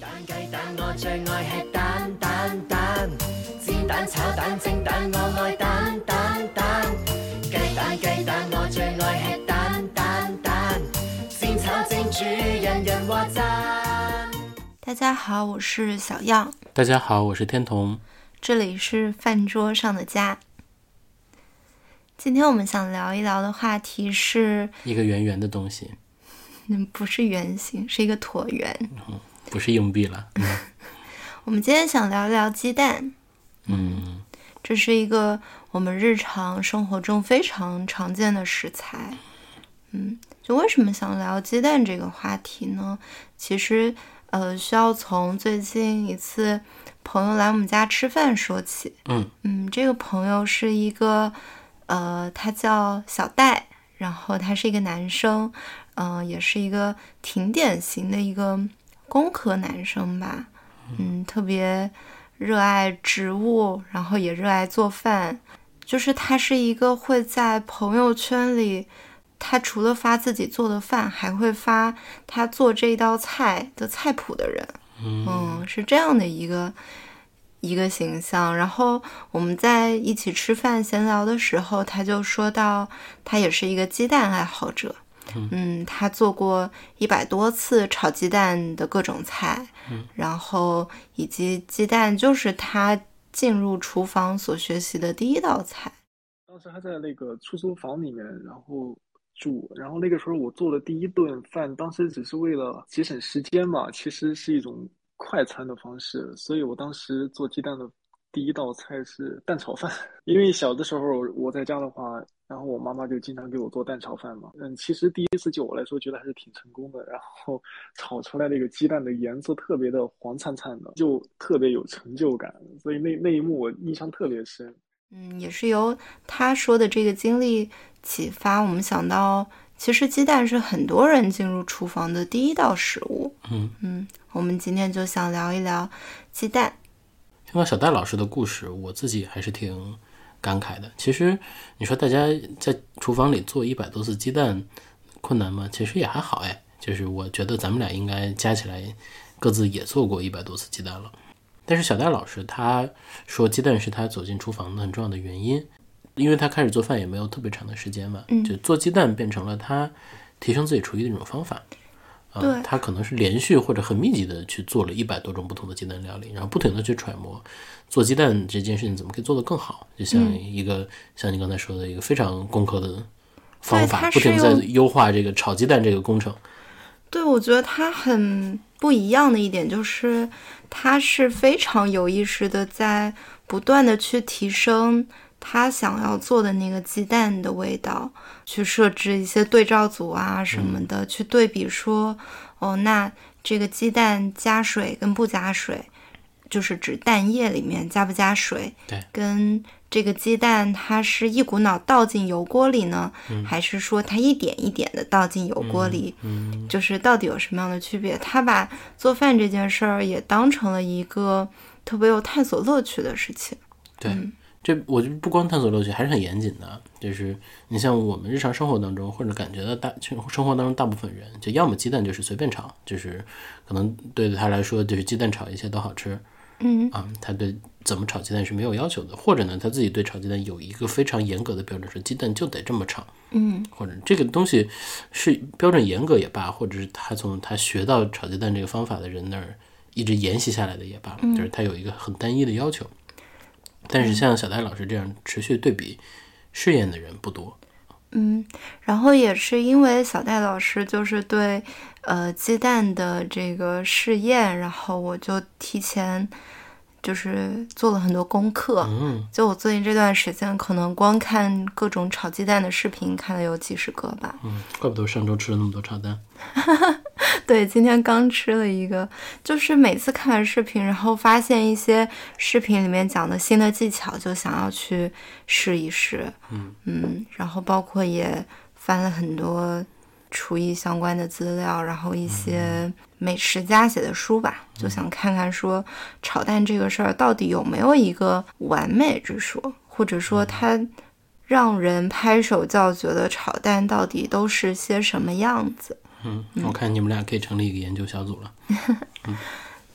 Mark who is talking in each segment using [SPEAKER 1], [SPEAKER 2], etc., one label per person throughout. [SPEAKER 1] 蛋雞蛋，我最愛吃蛋蛋蛋，煎蛋炒蛋蒸蛋，我愛蛋蛋蛋。雞蛋雞蛋，我最愛吃蛋蛋蛋，煎炒蒸煮，人人話讚。
[SPEAKER 2] 大家好，我是小样，
[SPEAKER 3] 大家好，我是天童。
[SPEAKER 2] 这里是饭桌上的家。今天我们想聊一聊的话题是，
[SPEAKER 3] 一个圆圆的东西，
[SPEAKER 2] 嗯，不是圆形，是一个椭圆。
[SPEAKER 3] 不是硬币了。嗯
[SPEAKER 2] 我们今天想聊一聊鸡蛋，
[SPEAKER 3] 嗯，
[SPEAKER 2] 这是一个我们日常生活中非常常见的食材。嗯，就为什么想聊鸡蛋这个话题呢？其实，呃，需要从最近一次朋友来我们家吃饭说起。
[SPEAKER 3] 嗯
[SPEAKER 2] 嗯，这个朋友是一个，呃，他叫小戴，然后他是一个男生，嗯、也是一个挺典型的一个工科男生吧。嗯，特别热爱植物，然后也热爱做饭。就是他是一个会在朋友圈里，他除了发自己做的饭，还会发他做这一道菜的菜谱的人。嗯，是这样的一个一个形象。然后我们在一起吃饭闲聊的时候，他就说到，他也是一个鸡蛋爱好者。嗯，他做过一百多次炒鸡蛋的各种菜，然后以及鸡蛋就是他进入厨房所学习的第一道菜。
[SPEAKER 4] 当时还在那个出租房里面，然后住，然后那个时候我做的第一顿饭，当时只是为了节省时间嘛，其实是一种快餐的方式，所以我当时做鸡蛋的第一道菜是蛋炒饭， 因为小的时候我在家的话，然后我妈妈就经常给我做蛋炒饭嘛，嗯，其实第一次就我来说觉得还是挺成功的，然后 炒出来那个鸡蛋的颜色特别的黄灿灿的，就特别有成就感，所以那那一幕我印象特别深。
[SPEAKER 2] 嗯，也是由他说的这个经历启发我们想到，其实鸡蛋是很多人进入厨房的第一道食物。
[SPEAKER 3] 嗯
[SPEAKER 2] 嗯，我们今天就想聊一聊鸡蛋。
[SPEAKER 3] 听到小戴老师的故事，我自己还是挺感慨的。其实你说大家在厨房里做一百多次鸡蛋困难吗？其实也还好哎。就是我觉得咱们俩应该加起来各自也做过一百多次鸡蛋了。但是小戴老师他说鸡蛋是他走进厨房的很重要的原因，因为他开始做饭也没有特别长的时间嘛，
[SPEAKER 2] 嗯
[SPEAKER 3] 就做鸡蛋变成了他提升自己厨艺的一种方法。啊、
[SPEAKER 2] 对
[SPEAKER 3] 他可能是连续或者很密集的去做了一百多种不同的鸡蛋料理，然后不停的去揣摩做鸡蛋这件事情怎么可以做得更好。就像
[SPEAKER 2] 嗯
[SPEAKER 3] 一个、像你刚才说的一个非常工科的方
[SPEAKER 2] 对他
[SPEAKER 3] 法，
[SPEAKER 2] 是
[SPEAKER 3] 不停地在
[SPEAKER 2] 用
[SPEAKER 3] 优化这个炒鸡蛋这个工程。
[SPEAKER 2] 对，我觉得他很不一样的一点就是，他是非常有意识的在不断的去提升他想要做的那个鸡蛋的味道，去设置一些对照组啊什么的，去对比说，哦，那这个鸡蛋加水跟不加水，就是指蛋液里面加不加水，
[SPEAKER 3] 对
[SPEAKER 2] 跟这个鸡蛋它是一股脑倒进油锅里呢，还是说它一点一点的倒进油锅里，就是到底有什么样的区别？他把做饭这件事儿也当成了一个特别有探索乐趣的事情。
[SPEAKER 3] 对，
[SPEAKER 2] 嗯
[SPEAKER 3] 这我就不光探索乐趣，还是很严谨的。就是你像我们日常生活当中，或者感觉到大生活当中大部分人，就要么鸡蛋就是随便炒，就是可能对他来说就是鸡蛋炒一切都好吃
[SPEAKER 2] 嗯
[SPEAKER 3] 啊、他对怎么炒鸡蛋是没有要求的，或者呢他自己对炒鸡蛋有一个非常严格的标准，说鸡蛋就得这么炒，
[SPEAKER 2] 嗯，
[SPEAKER 3] 或者这个东西是标准严格也罢，或者是他从他学到炒鸡蛋这个方法的人那儿一直沿袭下来的也罢，
[SPEAKER 2] 嗯
[SPEAKER 3] 就是他有一个很单一的要求。但是像小戴老师这样持续对比试验的人不多，
[SPEAKER 2] 嗯，然后也是因为小戴老师就是对呃鸡蛋的这个试验，然后我就提前就是做了很多功课。
[SPEAKER 3] 嗯，
[SPEAKER 2] 就我最近这段时间，可能光看各种炒鸡蛋的视频，看了有几十个吧。
[SPEAKER 3] 怪不得上周吃了那么多炒蛋。
[SPEAKER 2] 对，今天刚吃了一个，就是每次看完视频，然后发现一些视频里面讲的新的技巧，就想要去试一试。
[SPEAKER 3] 嗯
[SPEAKER 2] 然后包括也翻了很多厨艺相关的资料，然后一些美食家写的书吧，就想看看说炒蛋这个事儿到底有没有一个完美之说，或者说它让人拍手叫绝的炒蛋到底都是些什么样子。
[SPEAKER 3] 嗯，我看你们俩可以成立一个研究小组了。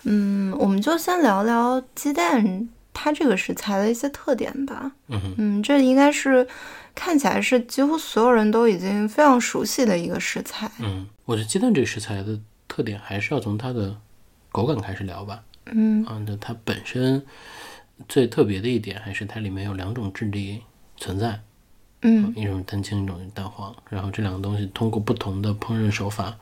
[SPEAKER 2] 嗯，我们就先聊聊鸡蛋它这个食材的一些特点吧。
[SPEAKER 3] 嗯哼，
[SPEAKER 2] 嗯，这应该是看起来是几乎所有人都已经非常熟悉的一个食材。
[SPEAKER 3] 嗯，我觉得鸡蛋这个食材的特点还是要从它的口感开始聊吧。
[SPEAKER 2] 嗯
[SPEAKER 3] 啊，那它本身最特别的一点还是它里面有两种质地存在，
[SPEAKER 2] 嗯
[SPEAKER 3] 一种是蛋清，一种是蛋黄，然后这两个东西通过不同的烹饪手法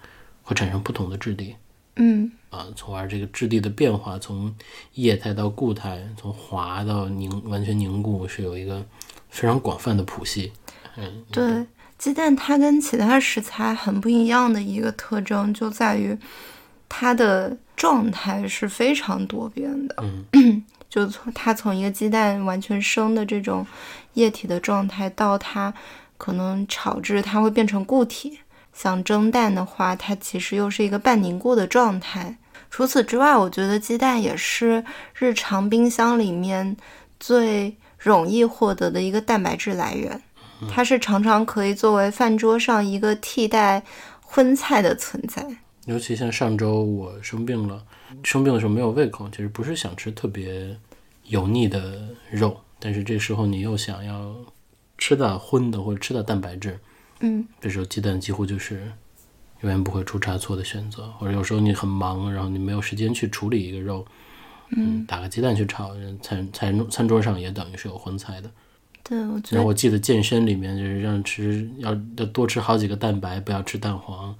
[SPEAKER 3] 会产生不同的质地。
[SPEAKER 2] 嗯
[SPEAKER 3] 啊，从而这个质地的变化，从液态到固态，从滑到凝完全凝固，是有一个非常广泛的谱系。嗯，
[SPEAKER 2] 对，鸡蛋它跟其他食材很不一样的一个特征就在于它的状态是非常多变的。
[SPEAKER 3] 嗯
[SPEAKER 2] 就从它从一个鸡蛋完全生的这种液体的状态，到它可能炒制，它会变成固体。像蒸蛋的话，它其实又是一个半凝固的状态。除此之外，我觉得鸡蛋也是日常冰箱里面最容易获得的一个蛋白质来源，
[SPEAKER 3] 嗯
[SPEAKER 2] 它是常常可以作为饭桌上一个替代荤菜的存在。
[SPEAKER 3] 尤其像上周我生病了，生病的时候没有胃口，其实不是想吃特别油腻的肉，但是这时候你又想要吃到荤的或者吃到蛋白质，
[SPEAKER 2] 嗯，
[SPEAKER 3] 这时候鸡蛋几乎就是永远不会出差错的选择。或者有时候你很忙，然后你没有时间去处理一个肉，嗯，打个鸡蛋去炒，餐餐餐桌上也等于是有荤菜的。
[SPEAKER 2] 对，我觉
[SPEAKER 3] 然
[SPEAKER 2] 得
[SPEAKER 3] 后我记得健身里面就是让吃要要多吃好几个蛋白，不要吃蛋黄。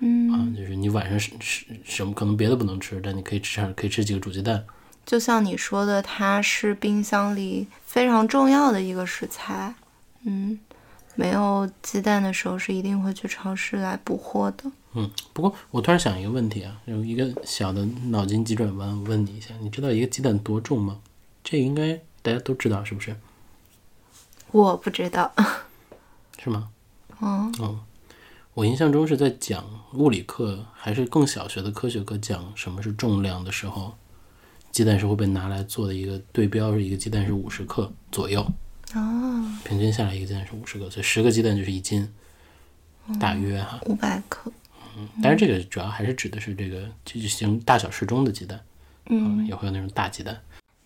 [SPEAKER 3] 嗯啊，就是你晚上是是什么可能别的不能吃，但你可以吃点可以吃几个煮鸡蛋。
[SPEAKER 2] 就像你说的，它是冰箱里非常重要的一个食材。嗯，没有鸡蛋的时候是一定会去超市来补货的。
[SPEAKER 3] 嗯，不过我突然想一个问题啊，有一个小的脑筋急转弯，我问你一下，你知道一个鸡蛋多重吗？这应该大家都知道是不是？
[SPEAKER 2] 我不知道，
[SPEAKER 3] 是吗？
[SPEAKER 2] 嗯
[SPEAKER 3] 哦，我印象中是在讲物理课还是更小学的科学课讲什么是重量的时候，鸡蛋是会被拿来做的一个对标，是一个鸡蛋是五十克左右，
[SPEAKER 2] 啊，
[SPEAKER 3] 平均下来一个鸡蛋是五十克，所以十个鸡蛋就是一斤，大约哈。
[SPEAKER 2] 五百克。
[SPEAKER 3] 但是这个主要还是指的是这个就就形大小适中的鸡蛋，嗯，也会有那种大鸡蛋。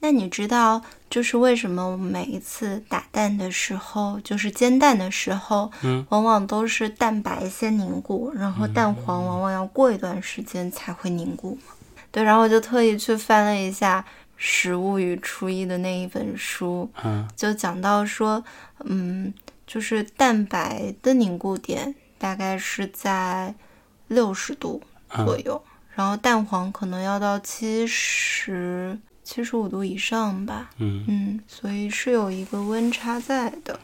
[SPEAKER 2] 那你知道，就是为什么我们每一次打蛋的时候，就是煎蛋的时候，嗯，往往都是蛋白先凝固，然后蛋黄往往要过一段时间才会凝固吗？对，然后我就特意去翻了一下《食物与初一》的那一本书，
[SPEAKER 3] 嗯，
[SPEAKER 2] 就讲到说，嗯，就是蛋白的凝固点大概是在六十度左右，然后蛋黄可能要到七十七十五度以上吧。
[SPEAKER 3] 嗯
[SPEAKER 2] 所以是有一个温差在的。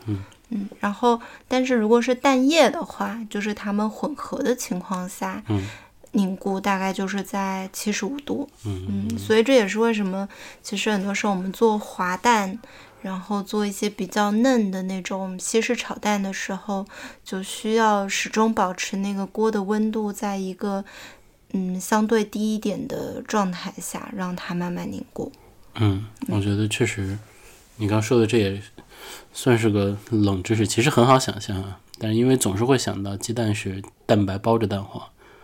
[SPEAKER 2] 嗯然后但是如果是蛋液的话，就是它们混合的情况下，
[SPEAKER 3] 嗯
[SPEAKER 2] 凝固大概就是在七十五度。
[SPEAKER 3] 嗯
[SPEAKER 2] 嗯，所以这也是为什么，其实很多时候我们做滑蛋，然后做一些比较嫩的那种西式炒蛋的时候，就需要始终保持那个锅的温度在一个嗯相对低一点的状态下，让它慢慢凝固。
[SPEAKER 3] 嗯，我觉得确实，你刚说的这也算是个冷知识，其实很好想象啊，但是因为总是会想到鸡蛋是蛋白包着蛋黄，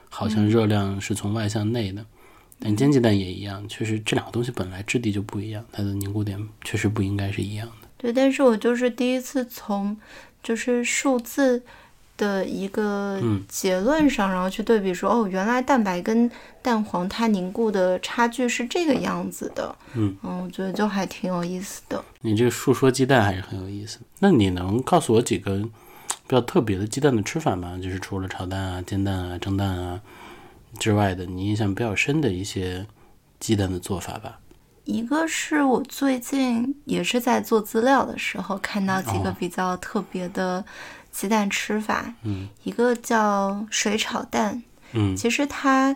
[SPEAKER 3] 好像热量是从外向内的，但煎鸡蛋也一样，确实这两个东西本来质地就不一样，它的凝固点确实不应该是一样的。
[SPEAKER 2] 对，但是我就是第一次从就是数字的一个
[SPEAKER 3] 嗯
[SPEAKER 2] 结论上，然后去对比说，哦，原来蛋白跟蛋黄它凝固的差距是这个样子的。
[SPEAKER 3] 嗯
[SPEAKER 2] 我觉得就还挺有意思的。
[SPEAKER 3] 你这个述说鸡蛋还是很有意思。那你能告诉我几个嗯比较特别的鸡蛋的吃法吗？就是除了炒蛋啊、煎蛋啊、蒸蛋啊之外的，你印象比较深的一些鸡蛋的做法吧？
[SPEAKER 2] 一个是我最近也是在做资料的时候看到几个
[SPEAKER 3] 哦
[SPEAKER 2] 比较特别的鸡蛋吃法，
[SPEAKER 3] 嗯
[SPEAKER 2] 一个叫水炒蛋，
[SPEAKER 3] 嗯
[SPEAKER 2] 其实它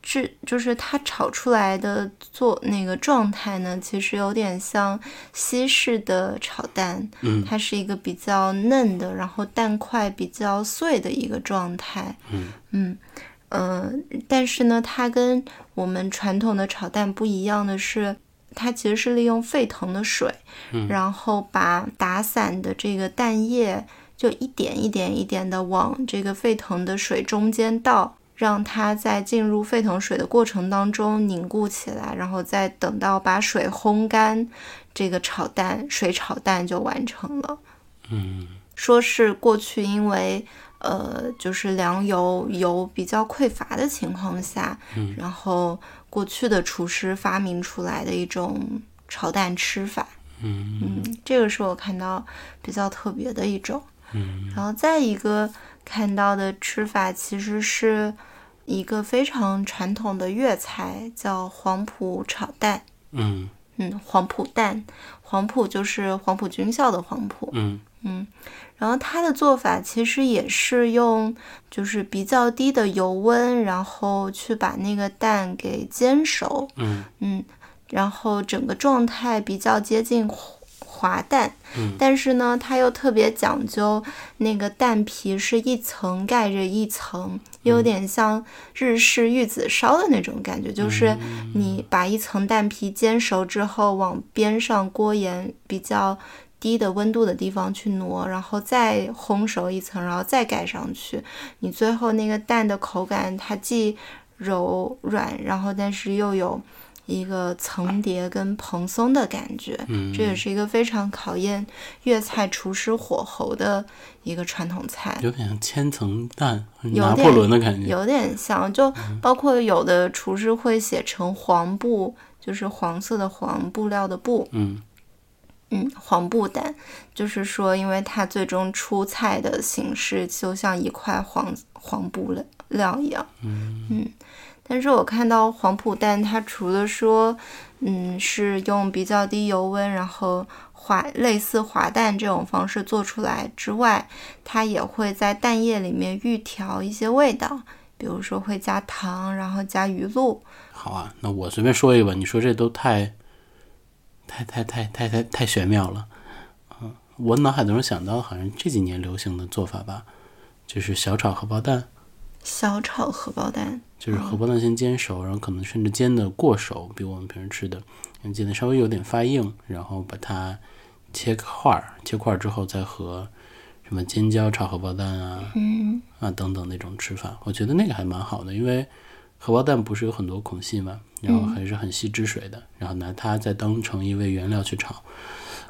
[SPEAKER 2] 制就是它炒出来的做那个状态呢，其实有点像西式的炒蛋，
[SPEAKER 3] 嗯
[SPEAKER 2] 它是一个比较嫩的，然后蛋块比较碎的一个状态，
[SPEAKER 3] 嗯
[SPEAKER 2] 呃，但是呢，它跟我们传统的炒蛋不一样的是，它其实是利用沸腾的水，
[SPEAKER 3] 嗯
[SPEAKER 2] 然后把打散的这个蛋液就一点一点一点的往这个沸腾的水中间倒，让它在进入沸腾水的过程当中凝固起来，然后再等到把水烘干，这个炒蛋水炒蛋就完成了。
[SPEAKER 3] 嗯，
[SPEAKER 2] 说是过去因为呃，就是粮油油比较匮乏的情况下，
[SPEAKER 3] 嗯
[SPEAKER 2] 然后过去的厨师发明出来的一种炒蛋吃法。
[SPEAKER 3] 嗯
[SPEAKER 2] 嗯，这个是我看到比较特别的一种。
[SPEAKER 3] 嗯
[SPEAKER 2] 然后再一个看到的吃法，其实是一个非常传统的粤菜，叫黄埔炒蛋。
[SPEAKER 3] 嗯
[SPEAKER 2] 嗯，黄埔蛋，黄埔就是黄埔军校的黄埔。
[SPEAKER 3] 嗯
[SPEAKER 2] 然后它的做法其实也是用就是比较低的油温，然后去把那个蛋给煎熟。
[SPEAKER 3] 嗯
[SPEAKER 2] 嗯，然后整个状态比较接近滑滑蛋，
[SPEAKER 3] 嗯
[SPEAKER 2] 但是呢，它又特别讲究那个蛋皮是一层盖着一层，有点像日式玉子烧的那种感觉，就是你把一层蛋皮煎熟之后，往边上锅沿比较。低的温度的地方去挪，然后再烘熟一层，然后再盖上去。你最后那个蛋的口感，它既柔软，然后但是又有一个层叠跟蓬松的感觉。
[SPEAKER 3] 嗯，
[SPEAKER 2] 这也是一个非常考验粤菜厨师火候的一个传统菜，
[SPEAKER 3] 有点像千层蛋，
[SPEAKER 2] 点
[SPEAKER 3] 拿破仑的感觉。
[SPEAKER 2] 有点像，就
[SPEAKER 3] 嗯
[SPEAKER 2] 包括有的厨师会写成黄布，就是黄色的黄布料的布，
[SPEAKER 3] 嗯
[SPEAKER 2] 嗯，黄布蛋，就是说，因为它最终出菜的形式就像一块黄黄布料料一样，
[SPEAKER 3] 嗯
[SPEAKER 2] 但是我看到黄埔蛋，它除了说，嗯，是用比较低油温，然后滑类似滑蛋这种方式做出来之外，它也会在蛋液里面预调一些味道，比如说会加糖，然后加鱼露。
[SPEAKER 3] 好啊，那我随便说一个吧，你说这都太，太太太太太太玄妙了。嗯，我脑海当中想到好像这几年流行的做法吧，就是小炒荷包蛋，
[SPEAKER 2] 小炒荷包蛋，
[SPEAKER 3] 就是荷包蛋先煎熟，然后可能甚至煎的过熟，比我们平时吃的煎的稍微有点发硬，然后把它切块儿，切块儿之后再和什么尖椒炒荷包蛋啊
[SPEAKER 2] 嗯
[SPEAKER 3] 啊等等那种吃法，我觉得那个还蛮好的，因为荷包蛋不是有很多孔隙嘛，然后还是很吸汁水的，然后拿它再当成一味原料去炒，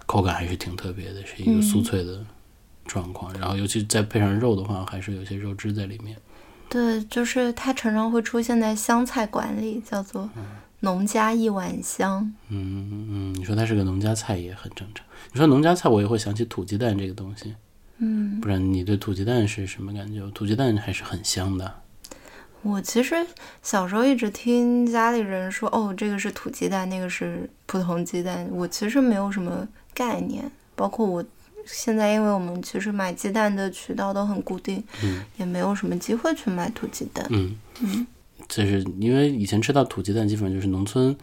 [SPEAKER 3] 口感还是挺特别的，是一个酥脆的状况，然后尤其再配上肉的话，还是有些肉汁在里面。
[SPEAKER 2] 对，就是它常常会出现在湘菜馆里，叫做农家一碗香。
[SPEAKER 3] 嗯嗯，你说它是个农家菜也很正常。你说农家菜，我也会想起土鸡蛋这个东西。
[SPEAKER 2] 嗯，
[SPEAKER 3] 不然你对土鸡蛋是什么感觉？土鸡蛋还是很香的。
[SPEAKER 2] 我其实小时候一直听家里人说，哦，这个是土鸡蛋，那个是普通鸡蛋。我其实没有什么概念，包括我现在，因为我们其实买鸡蛋的渠道都很固定，
[SPEAKER 3] 嗯
[SPEAKER 2] 也没有什么机会去买土鸡蛋。
[SPEAKER 3] 嗯就是因为以前吃到土鸡蛋，基本上就是农村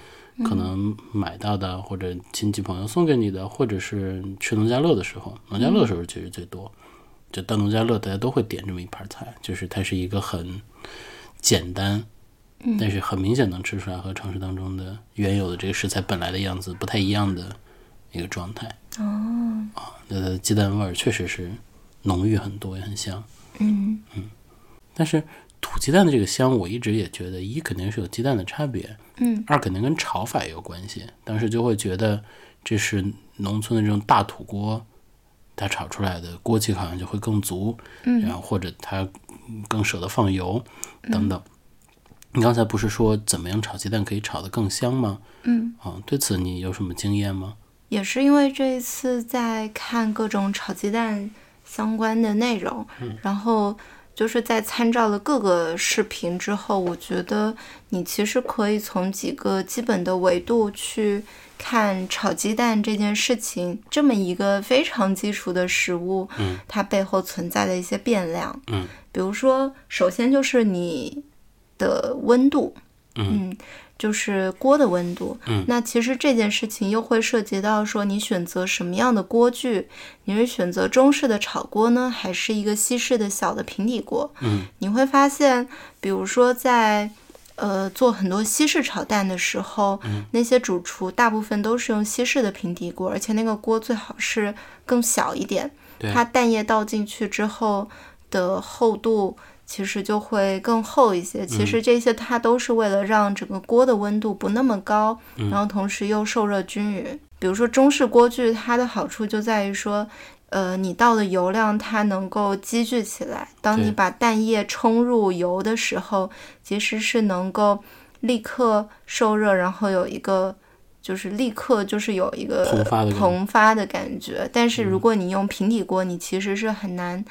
[SPEAKER 3] 可能买到的，或者亲戚朋友送给你的，或者是去农家乐的时候，农家乐的时候其实最多。就到农家乐，大家都会点这么一盘菜，就是它是一个很简单，但是很明显能吃出来和城市当中的原有的这个食材本来的样子不太一样的一个状态。哦，啊，那它的鸡蛋味儿确实是浓郁很多，也很香。
[SPEAKER 2] 嗯
[SPEAKER 3] 但是土鸡蛋的这个香，我一直也觉得，一肯定是有鸡蛋的差别，
[SPEAKER 2] 嗯，
[SPEAKER 3] 二肯定跟炒法也有关系。当时就会觉得这是农村的这种大土锅，它炒出来的锅气好像就会更足，
[SPEAKER 2] 嗯
[SPEAKER 3] 然后或者它更舍得放油等等。你刚才不是说怎么样炒鸡蛋可以炒得更香吗？
[SPEAKER 2] 嗯，
[SPEAKER 3] 啊，对此你有什么经验吗？
[SPEAKER 2] 也是因为这一次在看各种炒鸡蛋相关的内容，
[SPEAKER 3] 嗯
[SPEAKER 2] 然后就是在参照了各个视频之后，我觉得你其实可以从几个基本的维度去看炒鸡蛋这件事情，这么一个非常基础的食物，
[SPEAKER 3] 嗯
[SPEAKER 2] 它背后存在的一些变量，
[SPEAKER 3] 嗯，
[SPEAKER 2] 比如说，首先就是你的温度，
[SPEAKER 3] 嗯
[SPEAKER 2] 就是锅的温度。
[SPEAKER 3] 嗯
[SPEAKER 2] 那其实这件事情又会涉及到说你选择什么样的锅具，你是选择中式的炒锅呢，还是一个西式的小的平底锅？
[SPEAKER 3] 嗯，
[SPEAKER 2] 你会发现，比如说在。呃，做很多西式炒蛋的时候，
[SPEAKER 3] 嗯
[SPEAKER 2] 那些主厨大部分都是用西式的平底锅，而且那个锅最好是更小一点，
[SPEAKER 3] 对
[SPEAKER 2] 它蛋液倒进去之后的厚度其实就会更厚一
[SPEAKER 3] 嗯
[SPEAKER 2] 些。其实这些它都是为了让整个锅的温度不那么高，
[SPEAKER 3] 嗯
[SPEAKER 2] 然后同时又受热均匀。比如说中式锅具，它的好处就在于说，呃，你倒的油量它能够积聚起来，当你
[SPEAKER 3] 对
[SPEAKER 2] 把蛋液冲入油的时候，其实是能够立刻受热，然后有一个。就是立刻就是有一个
[SPEAKER 3] 膨发的感觉
[SPEAKER 2] 膨发的感觉，但是如果你用平底锅，你其实是很难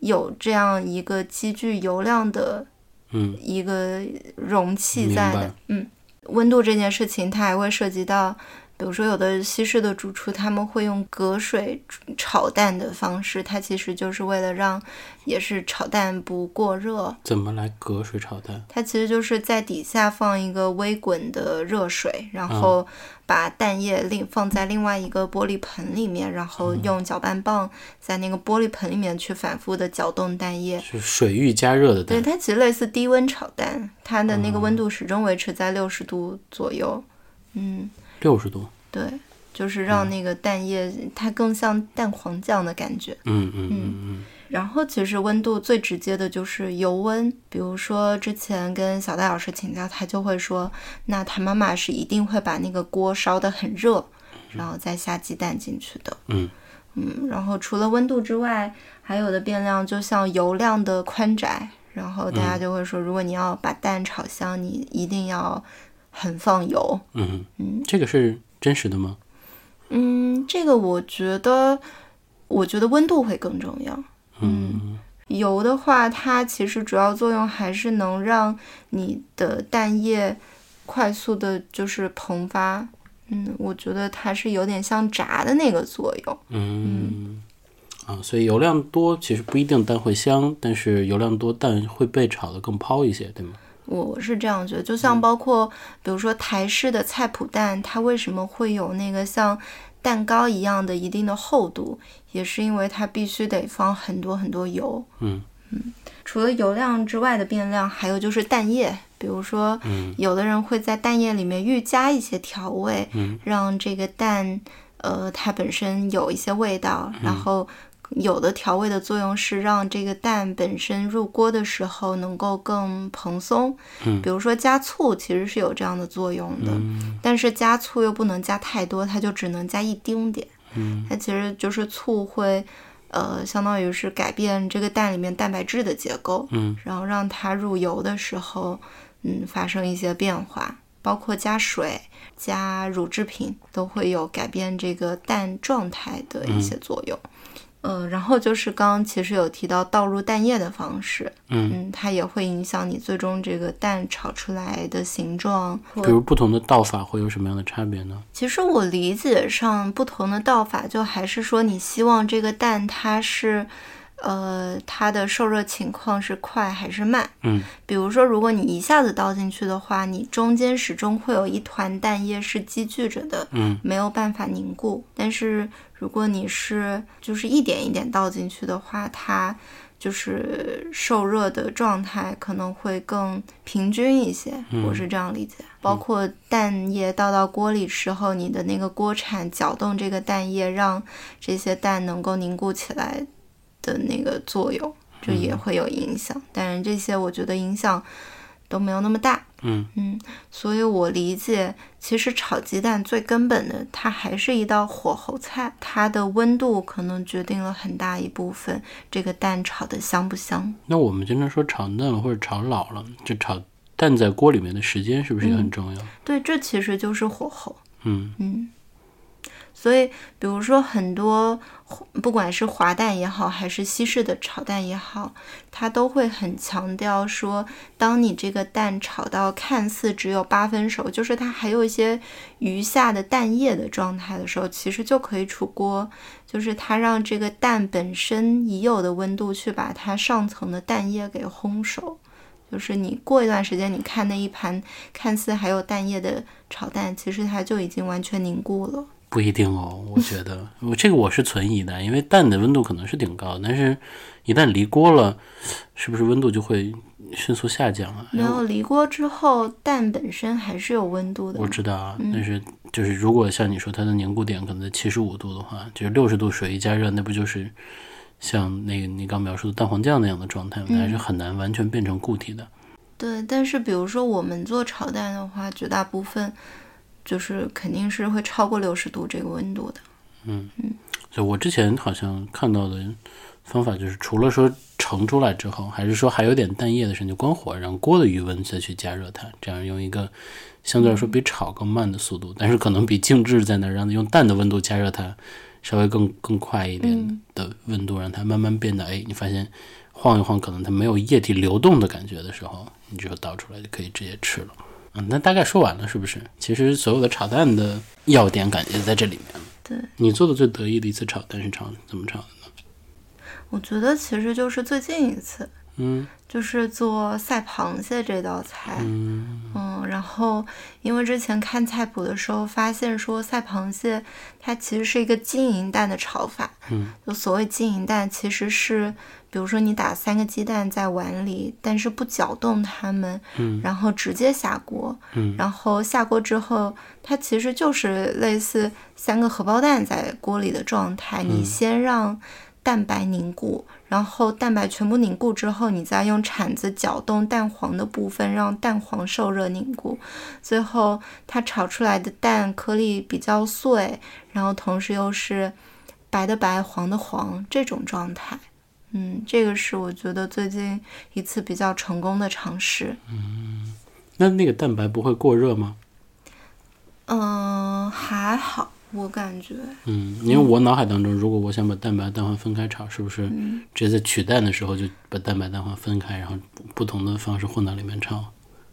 [SPEAKER 2] 有这样一个积聚油量的
[SPEAKER 3] 嗯，
[SPEAKER 2] 一个容器
[SPEAKER 3] 明
[SPEAKER 2] 在
[SPEAKER 3] 白
[SPEAKER 2] 的。嗯，温度这件事情，它还会涉及到，比如说有的西式的主厨他们会用隔水炒蛋的方式，它其实就是为了让也是炒蛋不过热，
[SPEAKER 3] 怎么来隔水炒蛋？
[SPEAKER 2] 它其实就是在底下放一个微滚的热水，然
[SPEAKER 3] 嗯
[SPEAKER 2] 后把蛋液另放在另外一个玻璃盆里面，然后
[SPEAKER 3] 嗯
[SPEAKER 2] 用搅拌棒在那个玻璃盆里面去反复的搅动蛋液。
[SPEAKER 3] 是水域加热的嗯
[SPEAKER 2] 对，
[SPEAKER 3] 蛋，
[SPEAKER 2] 它其实类似低温炒蛋，它的那个温度始终维持在六十度左右。嗯，
[SPEAKER 3] 六十度。
[SPEAKER 2] 对，就是
[SPEAKER 3] 嗯
[SPEAKER 2] 让那个蛋液它更像蛋黄酱的感觉。
[SPEAKER 3] 嗯嗯嗯
[SPEAKER 2] 然后其实温度最直接的就是油温，比如说之前跟小戴老师请教，他就会说，那他妈妈是一定会把那个锅烧得很热，然后再下鸡蛋进去的。
[SPEAKER 3] 嗯
[SPEAKER 2] 嗯，然后除了温度之外，还有的变量就像油量的宽窄，然后大家就会说，如果你要把蛋炒香，你一定要很放油。
[SPEAKER 3] 嗯嗯，这个是真实的吗？
[SPEAKER 2] 嗯，这个我觉得，我觉得温度会更重要。
[SPEAKER 3] 嗯
[SPEAKER 2] 油的话，它其实主要作用还是能让你的蛋液快速的，就是膨发。嗯，我觉得它是有点像炸的那个作用。
[SPEAKER 3] 嗯啊，所以油量多其实不一定蛋会香，但是油量多蛋会被炒得更抛一些，对吗？
[SPEAKER 2] 我我是这样觉得，就
[SPEAKER 3] 嗯
[SPEAKER 2] 像包括比如说台式的菜脯蛋，它为什么会有那个像蛋糕一样的一定的厚度，也是因为它必须得放很多很多油。
[SPEAKER 3] 嗯
[SPEAKER 2] 除了油量之外的变量，还有就是蛋液，比如说，有的人会在蛋液里面预加一些调味，
[SPEAKER 3] 嗯
[SPEAKER 2] 让这个蛋，呃，它本身有一些味道，
[SPEAKER 3] 嗯
[SPEAKER 2] 然后有的调味的作用是让这个蛋本身入锅的时候能够更蓬松，
[SPEAKER 3] 嗯
[SPEAKER 2] 比如说加醋其实是有这样的作用的，
[SPEAKER 3] 嗯
[SPEAKER 2] 但是加醋又不能加太多，它就只能加一丁点。
[SPEAKER 3] 嗯
[SPEAKER 2] 它其实就是醋会，呃，相当于是改变这个蛋里面蛋白质的结构，
[SPEAKER 3] 嗯
[SPEAKER 2] 然后让它入油的时候，嗯，发生一些变化，包括加水、加乳制品都会有改变这个蛋状态的一
[SPEAKER 3] 嗯
[SPEAKER 2] 些作用。呃，然后就是刚刚其实有提到倒入蛋液的方式，
[SPEAKER 3] 嗯，
[SPEAKER 2] 嗯，它也会影响你最终这个蛋炒出来的形状。
[SPEAKER 3] 嗯比如不同的倒法会有什么样的差别呢？
[SPEAKER 2] 其实我理解上不同的倒法，就还是说你希望这个蛋它是，呃，它的受热情况是快还是慢。
[SPEAKER 3] 嗯
[SPEAKER 2] 比如说，如果你一下子倒进去的话，你中间始终会有一团蛋液是积聚着的，
[SPEAKER 3] 嗯
[SPEAKER 2] 没有办法凝固。但是如果你是就是一点一点倒进去的话，它就是受热的状态可能会更平均一些，我是这样理解。包括蛋液倒到锅里时候，你的那个锅铲搅动这个蛋液，让这些蛋能够凝固起来的那个作用，这也会有影响。当然，这些我觉得影响都没有那么大。
[SPEAKER 3] 嗯
[SPEAKER 2] 嗯，所以我理解，其实炒鸡蛋最根本的，它还是一道火候菜，它的温度可能决定了很大一部分这个蛋炒的香不香。
[SPEAKER 3] 那我们经常说炒嫩了或者炒老了，这炒蛋在锅里面的时间是不是也很重要？
[SPEAKER 2] 对，这其实就是火候。
[SPEAKER 3] 嗯
[SPEAKER 2] 嗯，所以比如说很多，不管是滑蛋也好，还是西式的炒蛋也好，它都会很强调说，当你这个蛋炒到看似只有八分熟，就是它还有一些余下的蛋液的状态的时候，其实就可以出锅，就是它让这个蛋本身已有的温度去把它上层的蛋液给烘熟。就是你过一段时间，你看那一盘看似还有蛋液的炒蛋，其实它就已经完全凝固了。
[SPEAKER 3] 不一定哦，我觉得 我这个我是存疑的，因为蛋的温度可能是挺高，但是一旦离锅了，是不是温度就会迅速下降啊？
[SPEAKER 2] 没有离锅之后，蛋本身还是有温度的嗯
[SPEAKER 3] 我
[SPEAKER 2] 嘛。
[SPEAKER 3] 知道啊，但是就是如果像你说它的凝固点可能在七十五度的话，就是六十度水一加热，那不就是像那个你刚描述的蛋黄酱那样的状态，它还
[SPEAKER 2] 嗯
[SPEAKER 3] 是很难完全变成固体的。
[SPEAKER 2] 对，但是比如说我们做炒蛋的话，绝大部分就是肯定是会超过六十度这个温度的。
[SPEAKER 3] 就我之前好像看到的方法，就是除了说盛出来之后，还是说还有点蛋液的时候，你就关火，让锅的余温再去加热它，这样用一个相对来说比炒更慢的速度，但是可能比静置在那儿让用蛋的温度加热它稍微更更快一点的温度，让它慢慢变得哎，你发现晃一晃，可能它没有液体流动的感觉的时候，你就倒出来就可以直接吃了。嗯，那大概说完了是不是？其实所有的炒蛋的要点感觉在这里面了。
[SPEAKER 2] 对，
[SPEAKER 3] 你做的最得意的一次炒蛋是炒怎么炒的呢？
[SPEAKER 2] 我觉得其实就是最近一次，
[SPEAKER 3] 嗯
[SPEAKER 2] 就是做赛螃蟹这道菜。
[SPEAKER 3] 嗯
[SPEAKER 2] 嗯，然后因为之前看菜谱的时候发现说赛螃蟹它其实是一个金银蛋的炒法，
[SPEAKER 3] 嗯，
[SPEAKER 2] 就所谓金银蛋其实是，比如说你打三个鸡蛋在碗里，但是不搅动它们，
[SPEAKER 3] 嗯
[SPEAKER 2] 然后直接下锅，
[SPEAKER 3] 嗯
[SPEAKER 2] 然后下锅之后它其实就是类似三个荷包蛋在锅里的状态，
[SPEAKER 3] 嗯
[SPEAKER 2] 你先让蛋白凝固，然后蛋白全部凝固之后，你再用铲子搅动蛋黄的部分，让蛋黄受热凝固。最后它炒出来的蛋颗粒比较碎，然后同时又是白的白、黄的黄这种状态。嗯，这个是我觉得最近一次比较成功的尝试。
[SPEAKER 3] 那那个蛋白不会过热吗？
[SPEAKER 2] 嗯，还好，我感觉。
[SPEAKER 3] 嗯，因为我脑海当中，如果我想把蛋白蛋黄分开炒，是不是直接在取蛋的时候就把蛋白蛋黄分开，然后不不同的方式混到里面炒，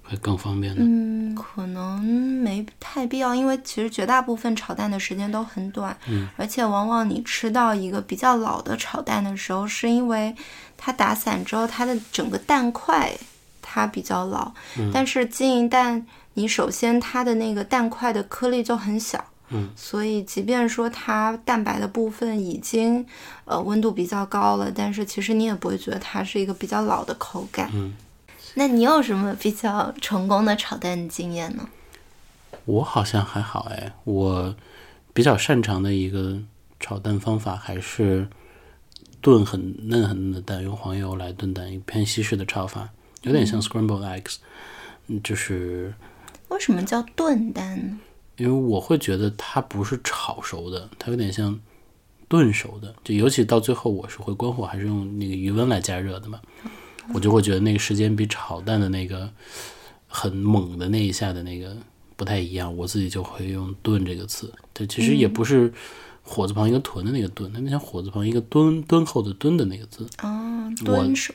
[SPEAKER 3] 会更方便呢？
[SPEAKER 2] 嗯，可能没太必要，因为其实绝大部分炒蛋的时间都很短，
[SPEAKER 3] 嗯
[SPEAKER 2] 而且往往你吃到一个比较老的炒蛋的时候，是因为它打散之后，它的整个蛋块它比较老，
[SPEAKER 3] 嗯
[SPEAKER 2] 但是金银蛋，你首先它的那个蛋块的颗粒就很小。
[SPEAKER 3] 嗯
[SPEAKER 2] 所以即便说它蛋白的部分已经，呃，温度比较高了，但是其实你也不会觉得它是一个比较老的口感。
[SPEAKER 3] 嗯
[SPEAKER 2] 那你有什么比较成功的炒蛋经验呢？
[SPEAKER 3] 我好像还好哎，我比较擅长的一个炒蛋方法还是炖很嫩很嫩的蛋，用黄油来炖蛋，一个偏西式的炒法，有点像 scrambled eggs，嗯就是
[SPEAKER 2] 为什么叫炖蛋呢？
[SPEAKER 3] 因为我会觉得它不是炒熟的，它有点像炖熟的，就尤其到最后我是会关火，还是用那个余温来加热的嘛，
[SPEAKER 2] 嗯
[SPEAKER 3] 我就会觉得那个时间比炒蛋的那个很猛的那一下的那个不太一样，我自己就会用“炖”这个词，它其实也
[SPEAKER 2] 嗯
[SPEAKER 3] 不是火字旁一个屯的那个蹲，它那像火字旁一个敦敦厚的敦的那个字，
[SPEAKER 2] 哦，
[SPEAKER 3] 我
[SPEAKER 2] 炖手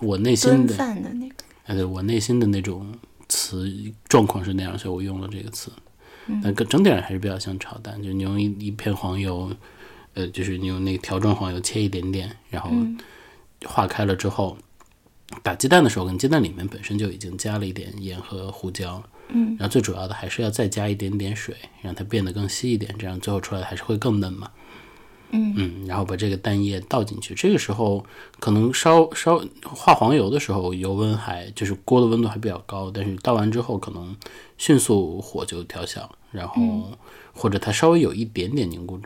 [SPEAKER 3] 我内心
[SPEAKER 2] 炖
[SPEAKER 3] 的
[SPEAKER 2] 饭的那个。
[SPEAKER 3] 哎，对我内心的那种词状况是那样，所以我用了这个词。但跟整体上还是比较像炒蛋，就你用一一片黄油，呃，就是你用那个条状黄油切一点点，然后化开了之后，打鸡蛋的时候，跟鸡蛋里面本身就已经加了一点盐和胡椒，嗯，然后最主要的还是要再加一点点水，让它变得更稀一点，这样最后出来还是会更嫩嘛。
[SPEAKER 2] 嗯
[SPEAKER 3] 然后把这个蛋液倒进去，这个时候可能烧烧化黄油的时候，油温还就是锅的温度还比较高，但是倒完之后可能迅速火就调小，然后
[SPEAKER 2] 嗯
[SPEAKER 3] 或者它稍微有一点点凝固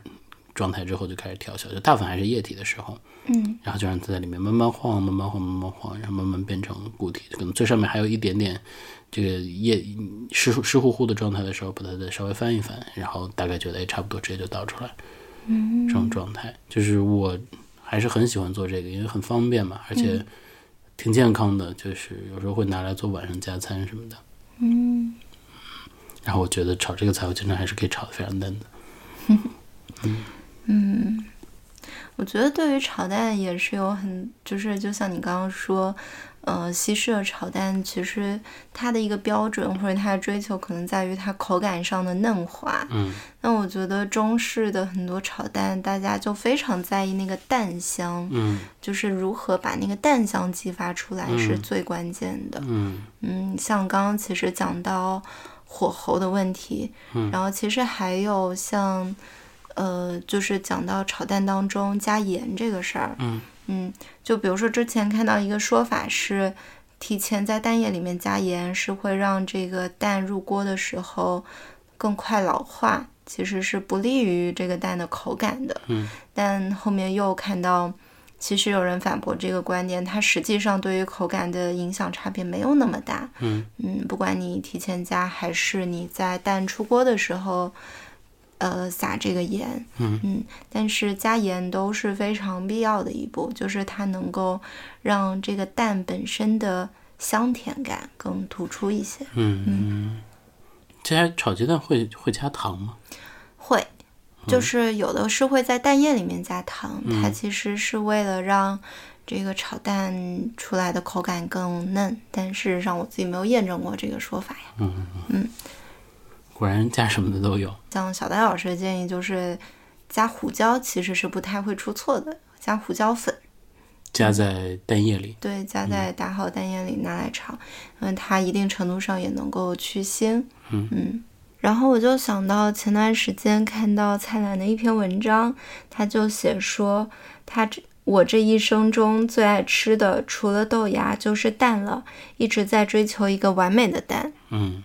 [SPEAKER 3] 状态之后就开始调小，就大部分还是液体的时候，
[SPEAKER 2] 嗯，
[SPEAKER 3] 然后就让它在里面慢慢晃，慢慢晃，慢慢晃，然后慢慢变成固体，可能最上面还有一点点这个液湿湿乎乎的状态的时候，把它再稍微翻一翻，然后大概觉得哎差不多，直接就倒出来。这种状态，就是我还是很喜欢做这个，因为很方便嘛，而且挺健康的，就是有时候会拿来做晚上加餐什么的。
[SPEAKER 2] 嗯，
[SPEAKER 3] 然后我觉得炒这个菜，我经常还是可以炒的非常嫩的。
[SPEAKER 2] 嗯我觉得对于炒蛋也是有很，就是就像你刚刚说，呃，西式的炒蛋其实它的一个标准或者它的追求可能在于它口感上的嫩滑。
[SPEAKER 3] 嗯，
[SPEAKER 2] 那我觉得中式的很多炒蛋，大家就非常在意那个蛋香，
[SPEAKER 3] 嗯
[SPEAKER 2] 就是如何把那个蛋香激发出来是
[SPEAKER 3] 嗯
[SPEAKER 2] 最关键的。
[SPEAKER 3] 嗯
[SPEAKER 2] 嗯，像刚刚其实讲到火候的问题，
[SPEAKER 3] 嗯
[SPEAKER 2] 然后其实还有像，呃，就是讲到炒蛋当中加盐这个事儿，
[SPEAKER 3] 嗯
[SPEAKER 2] 嗯，就比如说之前看到一个说法是，提前在蛋液里面加盐是会让这个蛋入锅的时候更快老化，其实是不利于这个蛋的口感的。
[SPEAKER 3] 嗯，
[SPEAKER 2] 但后面又看到其实有人反驳这个观点，它实际上对于口感的影响差别没有那么大。
[SPEAKER 3] 嗯
[SPEAKER 2] 嗯，不管你提前加还是你在蛋出锅的时候，呃，撒这个盐，
[SPEAKER 3] 嗯
[SPEAKER 2] 但是加盐都是非常必要的一步，就是它能够让这个蛋本身的香甜感更突出一些。
[SPEAKER 3] 嗯嗯。这还炒鸡蛋会会加糖吗？
[SPEAKER 2] 会，就是有的是会在蛋液里面加糖，它其实是为了让这个炒蛋出来的口感更嫩，但事实上我自己没有验证过这个说法呀。
[SPEAKER 3] 果然加什么的都有。
[SPEAKER 2] 像小戴老师的建议就是加胡椒，其实是不太会出错的，加胡椒粉。
[SPEAKER 3] 加在蛋液里。
[SPEAKER 2] 对，加在打好蛋液里拿来炒，因为它一定程度上也能够去腥。
[SPEAKER 3] 嗯
[SPEAKER 2] 然后我就想到前段时间看到蔡澜的一篇文章，他就写说他这。我这一生中最爱吃的，除了豆芽就是蛋了，一直在追求一个完美的蛋。
[SPEAKER 3] 嗯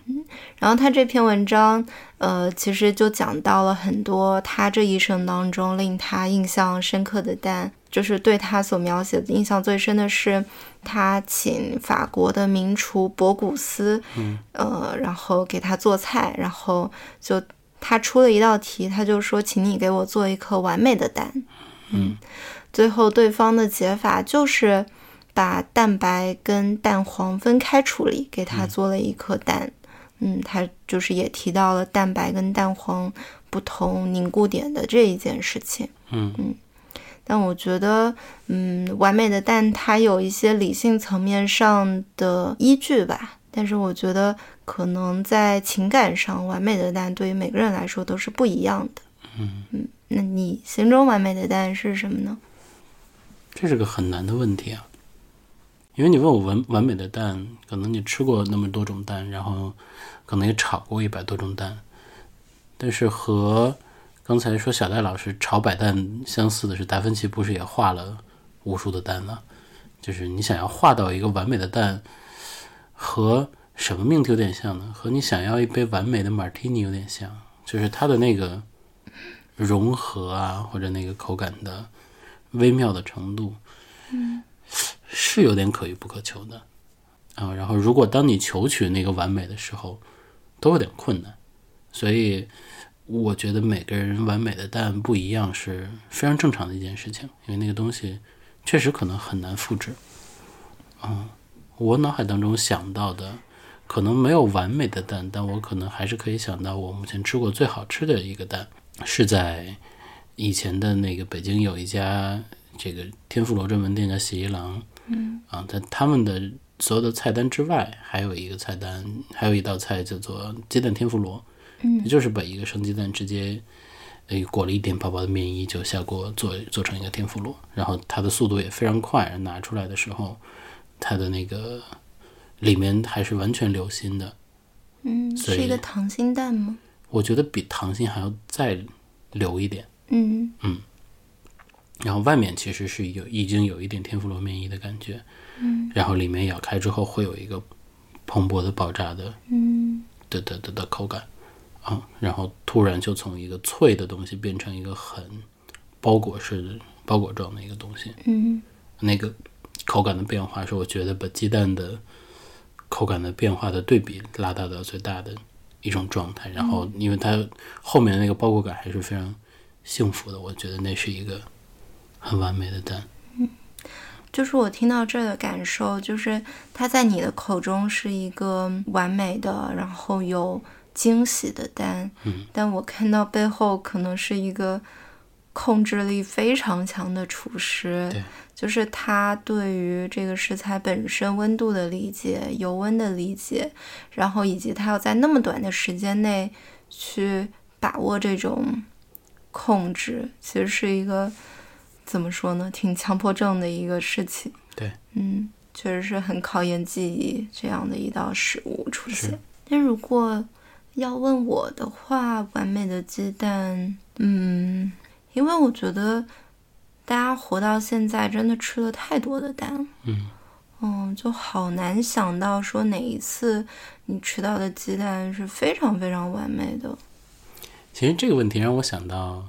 [SPEAKER 2] 然后他这篇文章，呃，其实就讲到了很多他这一生当中令他印象深刻的蛋，就是对他所描写的印象最深的是，他请法国的名厨博古斯，
[SPEAKER 3] 嗯
[SPEAKER 2] 呃，然后给他做菜，然后就他出了一道题，他就说，请你给我做一颗完美的蛋。
[SPEAKER 3] 嗯，
[SPEAKER 2] 最后对方的解法就是把蛋白跟蛋黄分开处理，给他做了一颗蛋。嗯，他就是也提到了蛋白跟蛋黄不同凝固点的这一件事情。
[SPEAKER 3] 嗯
[SPEAKER 2] 但我觉得，嗯，完美的蛋它有一些理性层面上的依据吧，但是我觉得可能在情感上，完美的蛋对于每个人来说都是不一样的。
[SPEAKER 3] 嗯，
[SPEAKER 2] 那你心中完美的蛋是什么呢？
[SPEAKER 3] 这是个很难的问题啊。因为你问我完完美的蛋，可能你吃过那么多种蛋，然后可能也炒过一百多种蛋，但是和刚才说小戴老师炒百蛋相似的是，达芬奇不是也画了无数的蛋吗？就是你想要画到一个完美的蛋，和什么命题有点像呢？和你想要一杯完美的马提尼有点像，就是它的那个融合啊，或者那个口感的微妙的程度，嗯，是有点可遇不可求的啊。然后，如果当你求取那个完美的时候，都有点困难，所以我觉得每个人完美的但不一样是非常正常的一件事情，因为那个东西确实可能很难复制。嗯，我脑海当中想到的。可能没有完美的蛋，但我可能还是可以想到我目前吃过最好吃的一个蛋，是在以前的那个北京有一家这个天妇罗专门店叫喜一郎，嗯，啊，在他们的所有的菜单之外，还有一个菜单，还有一道菜叫做鸡蛋天妇罗，嗯，也就是把一个生鸡蛋直接。呃，裹了一点薄薄的面衣就下锅做做成一个天妇罗，然后它的速度也非常快，拿出来的时候，它的那个里面还是完全流心的，
[SPEAKER 2] 嗯，
[SPEAKER 3] 所
[SPEAKER 2] 是一
[SPEAKER 3] 以
[SPEAKER 2] 个溏心蛋吗？
[SPEAKER 3] 我觉得比糖心还要再流一点。
[SPEAKER 2] 嗯
[SPEAKER 3] 然后外面其实是有已经有一点天妇罗面衣的感觉，嗯，然后里面咬开之后会有一个蓬勃的爆炸的
[SPEAKER 2] 嗯
[SPEAKER 3] 的的的的口感啊，然后突然就从一个脆的东西变成一个很包裹式的包裹状的一个东西，
[SPEAKER 2] 嗯
[SPEAKER 3] 那个口感的变化是我觉得把鸡蛋的口感的变化的对比拉大到最大的一种状态，然后因为它后面的那个包裹感还是非常幸福的，我觉得那是一个很完美的蛋。
[SPEAKER 2] 就是我听到这儿的感受，就是它在你的口中是一个完美的，然后有惊喜的蛋，
[SPEAKER 3] 嗯
[SPEAKER 2] 但我看到背后可能是一个控制力非常强的厨师
[SPEAKER 3] 对，
[SPEAKER 2] 就是他对于这个食材本身温度的理解、油温的理解，然后以及他要在那么短的时间内去把握这种控制，其实是一个怎么说呢，挺强迫症的一个事情。
[SPEAKER 3] 对，
[SPEAKER 2] 嗯，确实是很考验记忆这样的一道食物出
[SPEAKER 3] 是
[SPEAKER 2] 现。但如果要问我的话，完美的鸡蛋，嗯，因为我觉得大家活到现在真的吃了太多的蛋了。
[SPEAKER 3] 嗯
[SPEAKER 2] 嗯，就好难想到说哪一次你吃到的鸡蛋是非常非常完美的。，
[SPEAKER 3] 其实这个问题让我想到，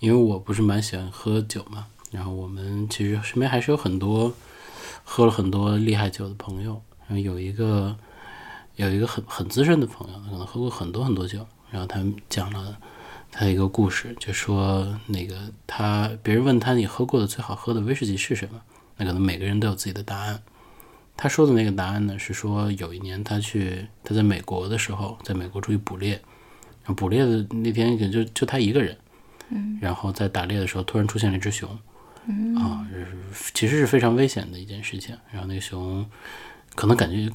[SPEAKER 3] 因为我不是蛮喜欢喝酒嘛，然后我们其实身边还是有很多喝了很多厉害酒的朋友，然后有一个有一个很很资深的朋友，可能喝过很多很多酒，然后他讲了他一个故事，就说那个他别人问他你喝过的最好喝的威士忌是什么，那可能每个人都有自己的答案。他说的那个答案呢，是说有一年他去他在美国的时候，在美国出去捕猎，然后捕猎的那天也就就他一个人，嗯，然后在打猎的时候突然出现了一只熊，嗯啊，是其实是非常危险的一件事情。然后那个熊可能感觉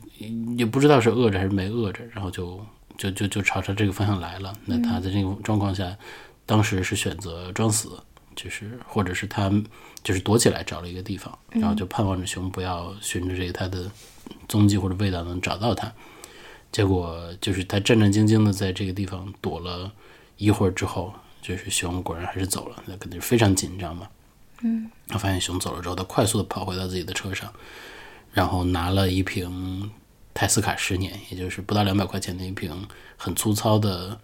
[SPEAKER 3] 也不知道是饿着还是没饿着，然后就就就就朝着这个方向来了。那他在这个状况下，当时是选择装死，就是或者是他就是躲起来找了一个地方，然后就盼望着熊不要循着这个它的踪迹或者味道能找到它。结果就是他战战兢兢的在这个地方躲了一会儿之后，就是熊果然还是走了，那肯定是非常紧张嘛。嗯，他发现熊走了之后，他快速的跑回到自己的车上，然后拿了一瓶泰斯卡十年，也就是不到两百块钱的一瓶很粗糙的，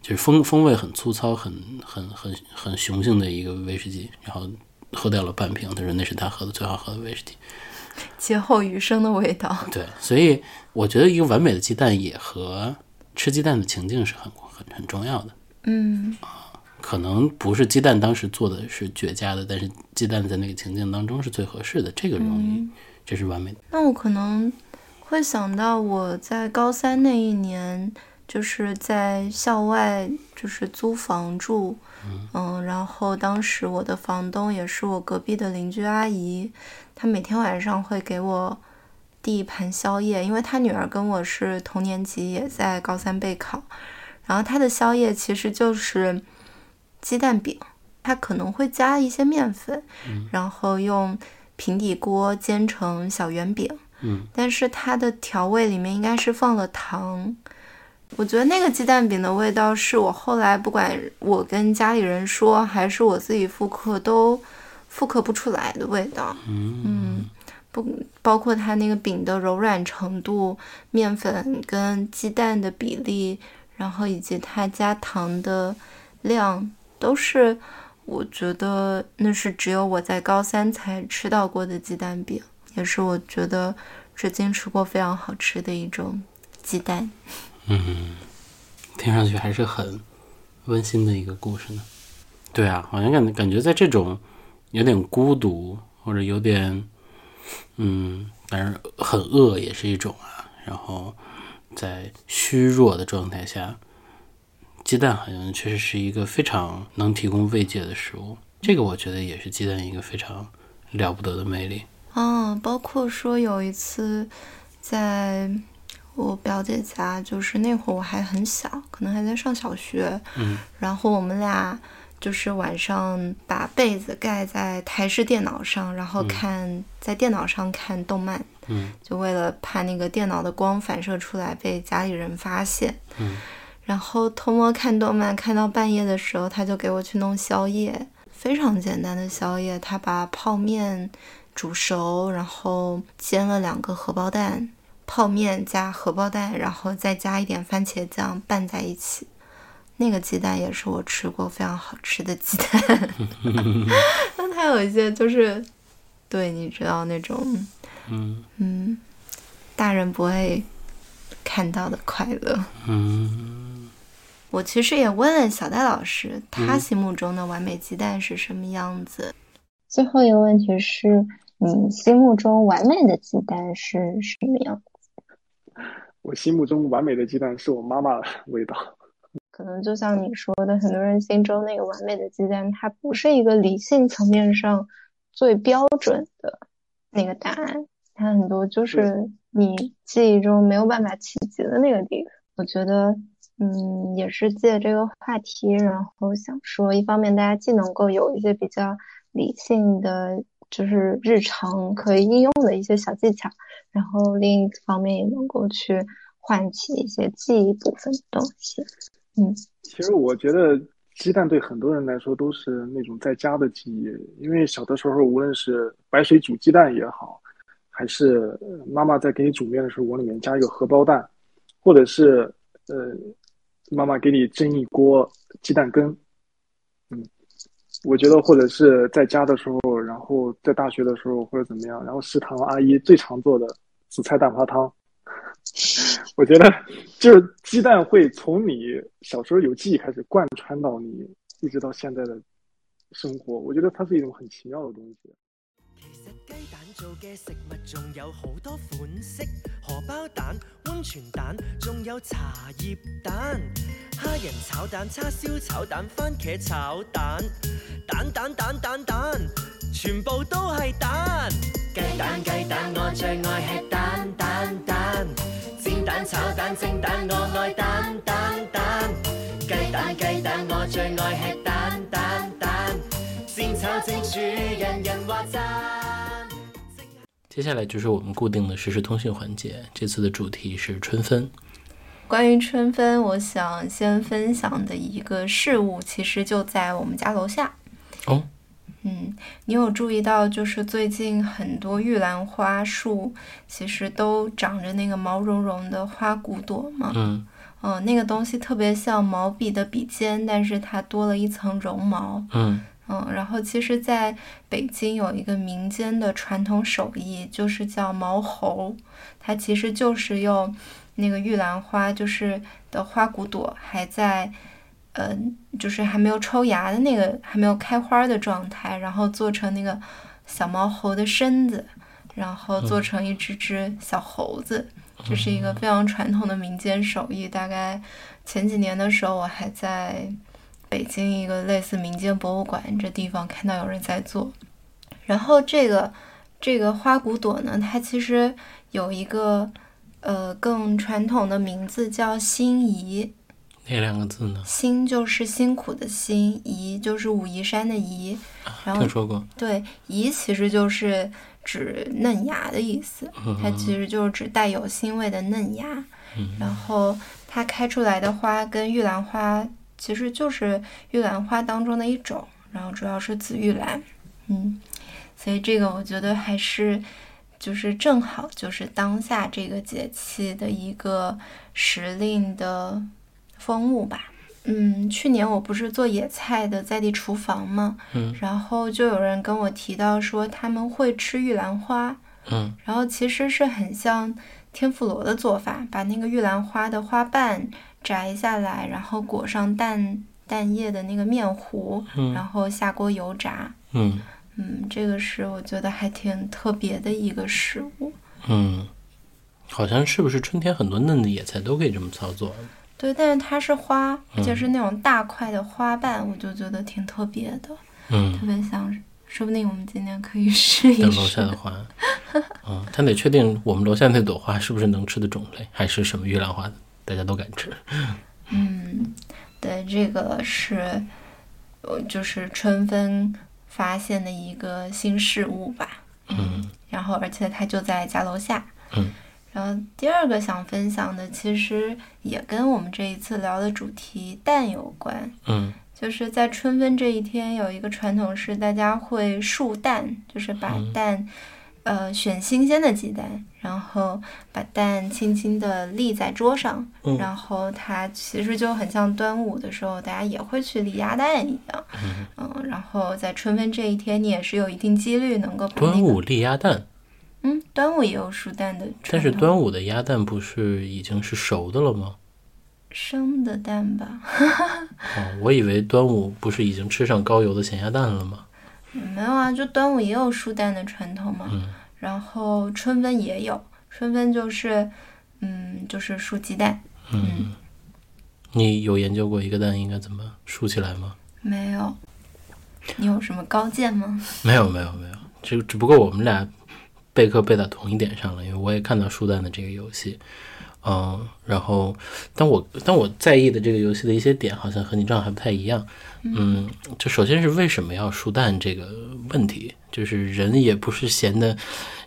[SPEAKER 3] 就是风风味很粗糙、很很很很雄性的一个威士忌，然后喝掉了半瓶。他说那是他喝的最好喝的威士忌。
[SPEAKER 2] 劫后余生的味道。
[SPEAKER 3] 对，所以我觉得一个完美的鸡蛋也和吃鸡蛋的情境是很很很重要的。
[SPEAKER 2] 嗯，
[SPEAKER 3] 可能不是鸡蛋当时做的是绝佳的，但是鸡蛋在那个情境当中是最合适的，这个容易，这是完美的。
[SPEAKER 2] 那我可能会想到我在高三那一年，就是在校外就是租房住，嗯然后当时我的房东也是我隔壁的邻居阿姨，她每天晚上会给我递一盘宵夜，因为她女儿跟我是同年级，也在高三备考，然后她的宵夜其实就是鸡蛋饼，她可能会加一些面粉，然后用。平底锅煎成小圆饼，
[SPEAKER 3] 嗯，
[SPEAKER 2] 但是它的调味里面应该是放了糖。我觉得那个鸡蛋饼的味道是我后来不管我跟家里人说，还是我自己复刻，都复刻不出来的味道。嗯，不包括它那个饼的柔软程度、面粉跟鸡蛋的比例，然后以及它加糖的量，都是我觉得那是只有我在高三才吃到过的鸡蛋饼，也是我觉得至今吃过非常好吃的一种鸡蛋。
[SPEAKER 3] 听上去还是很温馨的一个故事呢。对啊，好像感感觉在这种有点孤独或者有点嗯，但是很饿也是一种啊。然后在虚弱的状态下，鸡蛋好像确实是一个非常能提供慰藉的食物。这个我觉得也是鸡蛋一个非常了不得的魅力。
[SPEAKER 2] 嗯，包括说有一次在我表姐家，就是那会儿我还很小，可能还在上小学，
[SPEAKER 3] 嗯，
[SPEAKER 2] 然后我们俩就是晚上把被子盖在台式电脑上，然后看、在电脑上看动漫，
[SPEAKER 3] 嗯，
[SPEAKER 2] 就为了怕那个电脑的光反射出来被家里人发现，
[SPEAKER 3] 嗯，
[SPEAKER 2] 然后偷摸看动漫看到半夜的时候，他就给我去弄宵夜，非常简单的宵夜，他把泡面煮熟，然后煎了两个荷包蛋。泡面加荷包蛋，然后再加一点番茄酱拌在一起，那个鸡蛋也是我吃过非常好吃的鸡蛋。 那它有一些就是，对，你知道那种，
[SPEAKER 3] 嗯
[SPEAKER 2] 嗯，大人不会看到的快乐。
[SPEAKER 3] 嗯，
[SPEAKER 2] 我其实也问了小戴老师，他心目中的完美鸡蛋是什么样子？
[SPEAKER 5] 最后一个问题是，你心目中完美的鸡蛋是什么样？
[SPEAKER 4] 我心目中完美的鸡蛋是我妈妈的味道。
[SPEAKER 5] 可能就像你说的，很多人心中那个完美的鸡蛋，它不是一个理性层面上最标准的那个答案，它很多就是你记忆中没有办法企及的那个地方。我觉得，嗯，也是借这个话题，然后想说，一方面大家既能够有一些比较理性的，就是日常可以应用的一些小技巧，然后另一方面也能够去唤起一些记忆部分的东西。嗯，
[SPEAKER 4] 其实我觉得鸡蛋对很多人来说都是那种在家的记忆，因为小的时候无论是白水煮鸡蛋也好，还是呃妈妈在给你煮面的时候往里面加一个荷包蛋，或者是呃妈妈给你蒸一锅鸡蛋羹，嗯，我觉得或者是在家的时候，然后在大学的时候或者怎么样，然后食堂阿姨最常做的紫菜蛋花汤，我觉得就是鸡蛋会从你小时候有记忆开始贯穿到你一直到现在的生活，我觉得它是一种很奇妙的东西。
[SPEAKER 1] 其實雞蛋做嘅食物仲有好多款式，荷包蛋、温泉蛋，仲有茶葉蛋、蝦仁炒蛋、叉燒炒蛋、番茄炒蛋，蛋蛋蛋蛋蛋，全部都係蛋。雞蛋雞蛋，我最愛吃蛋蛋蛋，煎蛋炒蛋蒸蛋，我愛蛋蛋蛋。雞蛋雞蛋，我最愛吃蛋蛋蛋，煎炒蒸煮，人人話讚。
[SPEAKER 3] 接下来就是我们固定的实时通讯环节，这次的主题是春分。
[SPEAKER 6] 关于春分，我想先分享的一个事物，其实就在我们家楼下。
[SPEAKER 3] 哦，
[SPEAKER 6] 嗯，你有注意到，就是最近很多玉兰花树其实都长着那个毛茸茸的花骨朵吗？
[SPEAKER 3] 嗯，
[SPEAKER 6] 嗯、那个东西特别像毛笔的笔尖，但是它多了一层绒毛。
[SPEAKER 3] 嗯，
[SPEAKER 6] 嗯，然后其实，在北京有一个民间的传统手艺，就是叫毛猴，它其实就是用那个玉兰花，就是的花骨朵还在，呃，就是还没有抽芽的那个还没有开花的状态，然后做成那个小毛猴的身子，然后做成一只只小猴子，这是一个非常传统的民间手艺。大概前几年的时候，我还在北京一个类似民间博物馆这地方看到有人在做。然后这个这个花骨朵呢，它其实有一个呃更传统的名字叫辛夷，
[SPEAKER 3] 那两个字呢？
[SPEAKER 6] 辛就是辛苦的辛，夷就是武夷山的夷，然后
[SPEAKER 3] 听说过。
[SPEAKER 6] 对夷其实就是指嫩芽的意思，
[SPEAKER 3] 嗯
[SPEAKER 6] 它其实就是指带有腥味的嫩芽。
[SPEAKER 3] 嗯
[SPEAKER 6] 然后它开出来的花跟玉兰花其实就是玉兰花当中的一种，然后主要是紫玉兰，嗯，所以这个我觉得还是就是正好就是当下这个节气的一个时令的风物吧。嗯，去年我不是做野菜的在地厨房吗？
[SPEAKER 3] 嗯
[SPEAKER 6] 然后就有人跟我提到说他们会吃玉兰花，
[SPEAKER 3] 嗯
[SPEAKER 6] 然后其实是很像天妇罗的做法，把那个玉兰花的花瓣摘下来，然后裹上蛋蛋液的那个面糊，然后下锅油炸。
[SPEAKER 3] 嗯
[SPEAKER 6] 嗯，这个是我觉得还挺特别的一个食物。
[SPEAKER 3] 嗯，好像是不是春天很多嫩的野菜都可以这么操作？
[SPEAKER 6] 对，但是它是花，而且是那种大块的花瓣，我就觉得挺特别的，
[SPEAKER 3] 嗯
[SPEAKER 6] 特，别想，说不定我们今天可以试一
[SPEAKER 3] 但楼下
[SPEAKER 6] 试
[SPEAKER 3] 的。花， 嗯，但得确定我们楼下那朵花是不是能吃的种类，还是什么玉兰花，大家都敢吃。
[SPEAKER 6] 嗯，对，这个是，呃，就是春分发现的一个新事物吧。
[SPEAKER 3] 嗯
[SPEAKER 6] 然后，而且它就在家楼下。
[SPEAKER 3] 嗯。
[SPEAKER 6] 然后第二个想分享的，其实也跟我们这一次聊的主题蛋有关。
[SPEAKER 3] 嗯
[SPEAKER 6] 就是在春分这一天，有一个传统是大家会竖蛋，就是把
[SPEAKER 3] 嗯
[SPEAKER 6] 蛋，呃，选新鲜的鸡蛋，然后把蛋轻轻的立在桌上，
[SPEAKER 3] 嗯
[SPEAKER 6] 然后它其实就很像端午的时候，大家也会去立鸭蛋一样，嗯然后在春分这一天，你也是有一定几率能够把那
[SPEAKER 3] 端
[SPEAKER 6] 个
[SPEAKER 3] 午立鸭蛋，
[SPEAKER 6] 嗯，端午也有竖蛋的传统，
[SPEAKER 3] 但是端午的鸭蛋不是已经是熟的了吗？
[SPEAKER 6] 生的蛋吧，
[SPEAKER 3] 哦，我以为端午不是已经吃上高油的咸鸭蛋了吗？
[SPEAKER 6] 没有啊，就端午也有竖蛋的传统嘛。
[SPEAKER 3] 嗯
[SPEAKER 6] 然后春分也有，春分就是，嗯，就是竖鸡蛋。
[SPEAKER 3] 嗯，你有研究过一个蛋应该怎么竖起来吗？
[SPEAKER 6] 没有，你有什么高见吗？
[SPEAKER 3] 没有，没有，没有，只只不过我们俩备课备到同一点上了，因为我也看到竖蛋的这个游戏，嗯，然后但我但我在意的这个游戏的一些点好像和你这样还不太一样，嗯，就首先是为什么要竖蛋这个问题，就是人也不是闲的，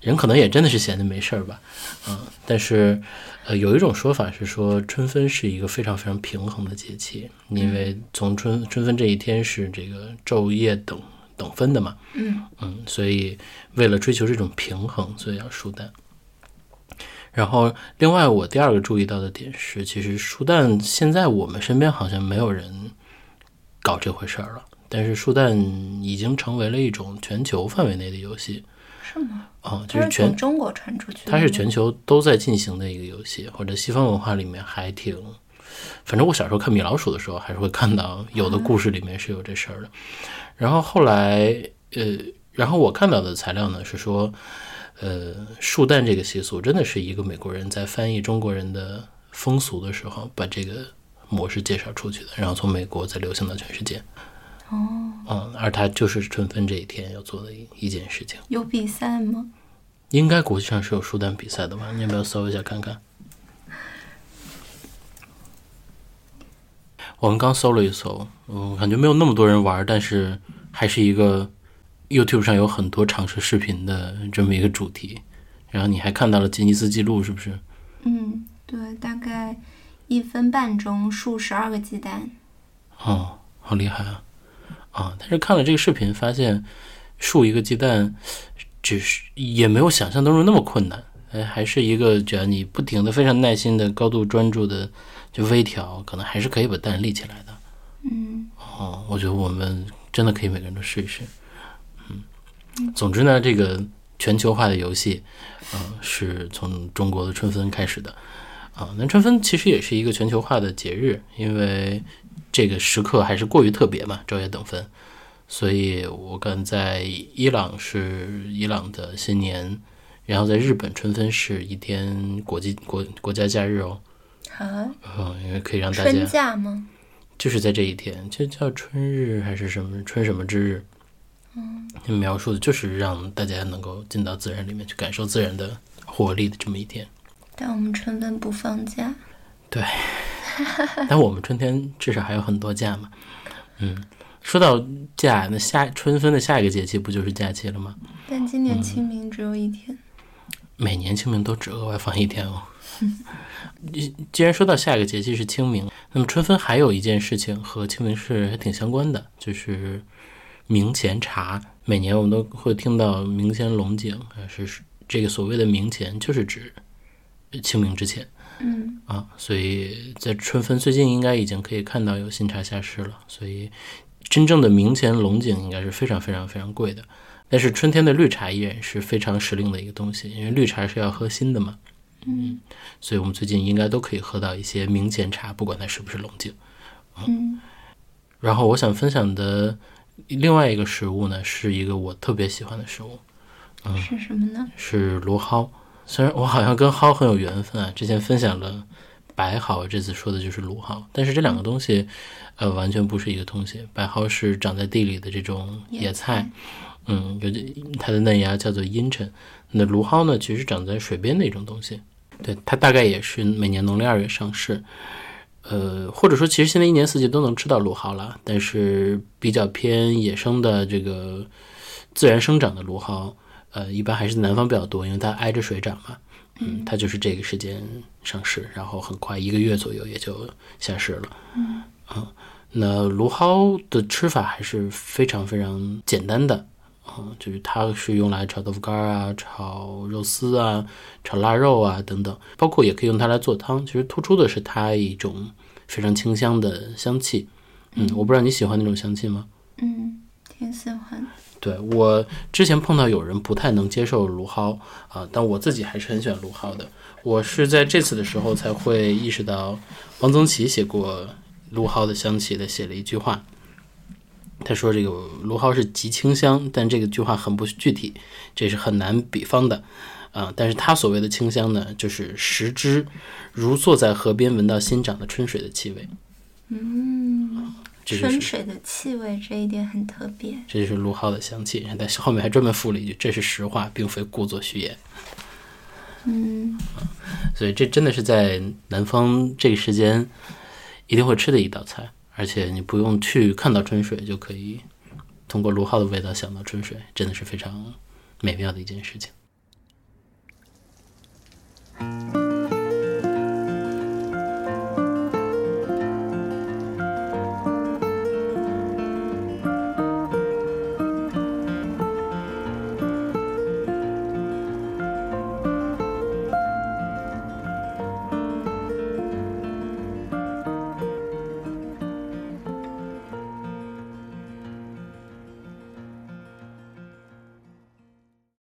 [SPEAKER 3] 人可能也真的是闲的没事儿吧，嗯，但是呃有一种说法是说春分是一个非常非常平衡的节气，因为从春春分这一天是这个昼夜等等分的嘛，
[SPEAKER 6] 嗯
[SPEAKER 3] 嗯，所以为了追求这种平衡，所以要输蛋。然后，另外我第二个注意到的点是，其实输蛋现在我们身边好像没有人搞这回事儿了，但是树蛋已经成为了一种全球范围内的游戏
[SPEAKER 2] 是吗？
[SPEAKER 3] 啊、就
[SPEAKER 2] 它是从
[SPEAKER 3] 是全
[SPEAKER 2] 中国传出去的吗，
[SPEAKER 3] 它是全球都在进行的一个游戏，或者西方文化里面还挺，反正我小时候看米老鼠的时候，还是会看到有的故事里面是有这事儿的。然后后来，呃，然后我看到的材料呢是说，呃，树蛋这个习俗真的是一个美国人在翻译中国人的风俗的时候，把这个模式介绍出去的，然后从美国再流行到全世界。
[SPEAKER 2] 哦，
[SPEAKER 3] 嗯，而它就是春分这一天要做的一一件事情。
[SPEAKER 2] 有比赛吗？
[SPEAKER 3] 应该国际上是有书单比赛的吧？你要不要搜一下看看？我们刚搜了一搜，嗯，感觉没有那么多人玩，但是还是一个 YouTube 上有很多尝试视频的这么一个主题。然后你还看到了吉尼斯纪录，是不是？
[SPEAKER 2] 嗯，对，大概一分半钟数十二个鸡蛋。
[SPEAKER 3] 哦，好厉害啊！啊，但是看了这个视频，发现竖一个鸡蛋，只是也没有想象当中那么困难。哎，还是一个只要你不停的、非常耐心的、高度专注的就微调，可能还是可以把蛋立起来的。
[SPEAKER 2] 嗯，
[SPEAKER 3] 哦，我觉得我们真的可以每个人都试一试。嗯，总之呢，这个全球化的游戏，嗯、是从中国的春分开始的。啊、那春分其实也是一个全球化的节日，因为这个时刻还是过于特别嘛，昼夜等分。所以我看在伊朗是伊朗的新年，然后在日本春分是一天国际国国家假日哦，
[SPEAKER 2] 啊，
[SPEAKER 3] 嗯，因为可以让大家
[SPEAKER 2] 春假吗？
[SPEAKER 3] 就是在这一天，这叫春日还是什么春什么之日？嗯，描述的就是让大家能够进到自然里面去感受自然的活力的这么一天。
[SPEAKER 2] 但我们春分不放假。
[SPEAKER 3] 但我们春天至少还有很多假嘛。嗯，说到假，那下春分的下一个节气不就是假期了吗？
[SPEAKER 2] 但今
[SPEAKER 3] 嗯
[SPEAKER 2] 年清明只有一天。
[SPEAKER 3] 每年清明都只额外放一天哦。 既既然说到下一个节气是清明，那么春分还有一件事情和清明是还挺相关的，就是明前茶。每年我们都会听到明前龙井，呃是这个所谓的明前，就是指清明之前
[SPEAKER 2] 嗯，
[SPEAKER 3] 啊。所以在春分最近应该已经可以看到有新茶下市了，所以真正的明前龙井应该是非常非常非常贵的。但是春天的绿茶依然是非常时令的一个东西，因为绿茶是要喝新的嘛。嗯，所以我们最近应该都可以喝到一些明前茶，不管它是不是龙井。
[SPEAKER 2] 嗯，
[SPEAKER 3] 然后我想分享的另外一个食物呢，是一个我特别喜欢的食物，嗯
[SPEAKER 2] 是什么呢？
[SPEAKER 3] 是芦蒿。虽然我好像跟蒿很有缘分啊，之前分享了白蒿，这次说的就是芦蒿，但是这两个东西，呃，完全不是一个东西。白蒿是长在地里的这种野菜，嗯，有的它的嫩芽叫做茵陈。那芦蒿呢，其实长在水边的一种东西，对，它大概也是每年农历二月上市。呃，或者说，其实现在一年四季都能吃到芦蒿了，但是比较偏野生的这个自然生长的芦蒿，呃，一般还是南方比较多，因为它挨着水长嘛。嗯，它就是这个时间上市，然后很快一个月左右也就下市了。嗯，啊，那芦蒿的吃法还是非常非常简单的。啊，就是它是用来炒豆腐干儿啊、炒肉丝啊、炒腊肉啊等等，包括也可以用它来做汤。其实突出的是它一种非常清香的香气。嗯，我不知道你喜欢那种香气吗？
[SPEAKER 2] 嗯，挺喜欢的。
[SPEAKER 3] 对我之前碰到有人不太能接受芦蒿啊，但我自己还是很喜欢芦蒿的。我是在这次的时候才会意识到，汪曾祺写过芦蒿的香气，他写了一句话，他说这个芦蒿是极清香，但这个句话很不具体，这是很难比方的。啊，但是他所谓的清香呢，就是食之如坐在河边闻到新长的春水的气味，
[SPEAKER 2] 嗯，
[SPEAKER 3] 这就是
[SPEAKER 2] 春水的气味这一点很特别。
[SPEAKER 3] 这就是卢浩的香气。然后他后面还专门附了一句：“这是实话，并非故作虚言。
[SPEAKER 2] 嗯，”
[SPEAKER 3] 所以这真的是在南方这个时间一定会吃的一道菜，而且你不用去看到春水就可以通过卢浩的味道想到春水，真的是非常美妙的一件事情。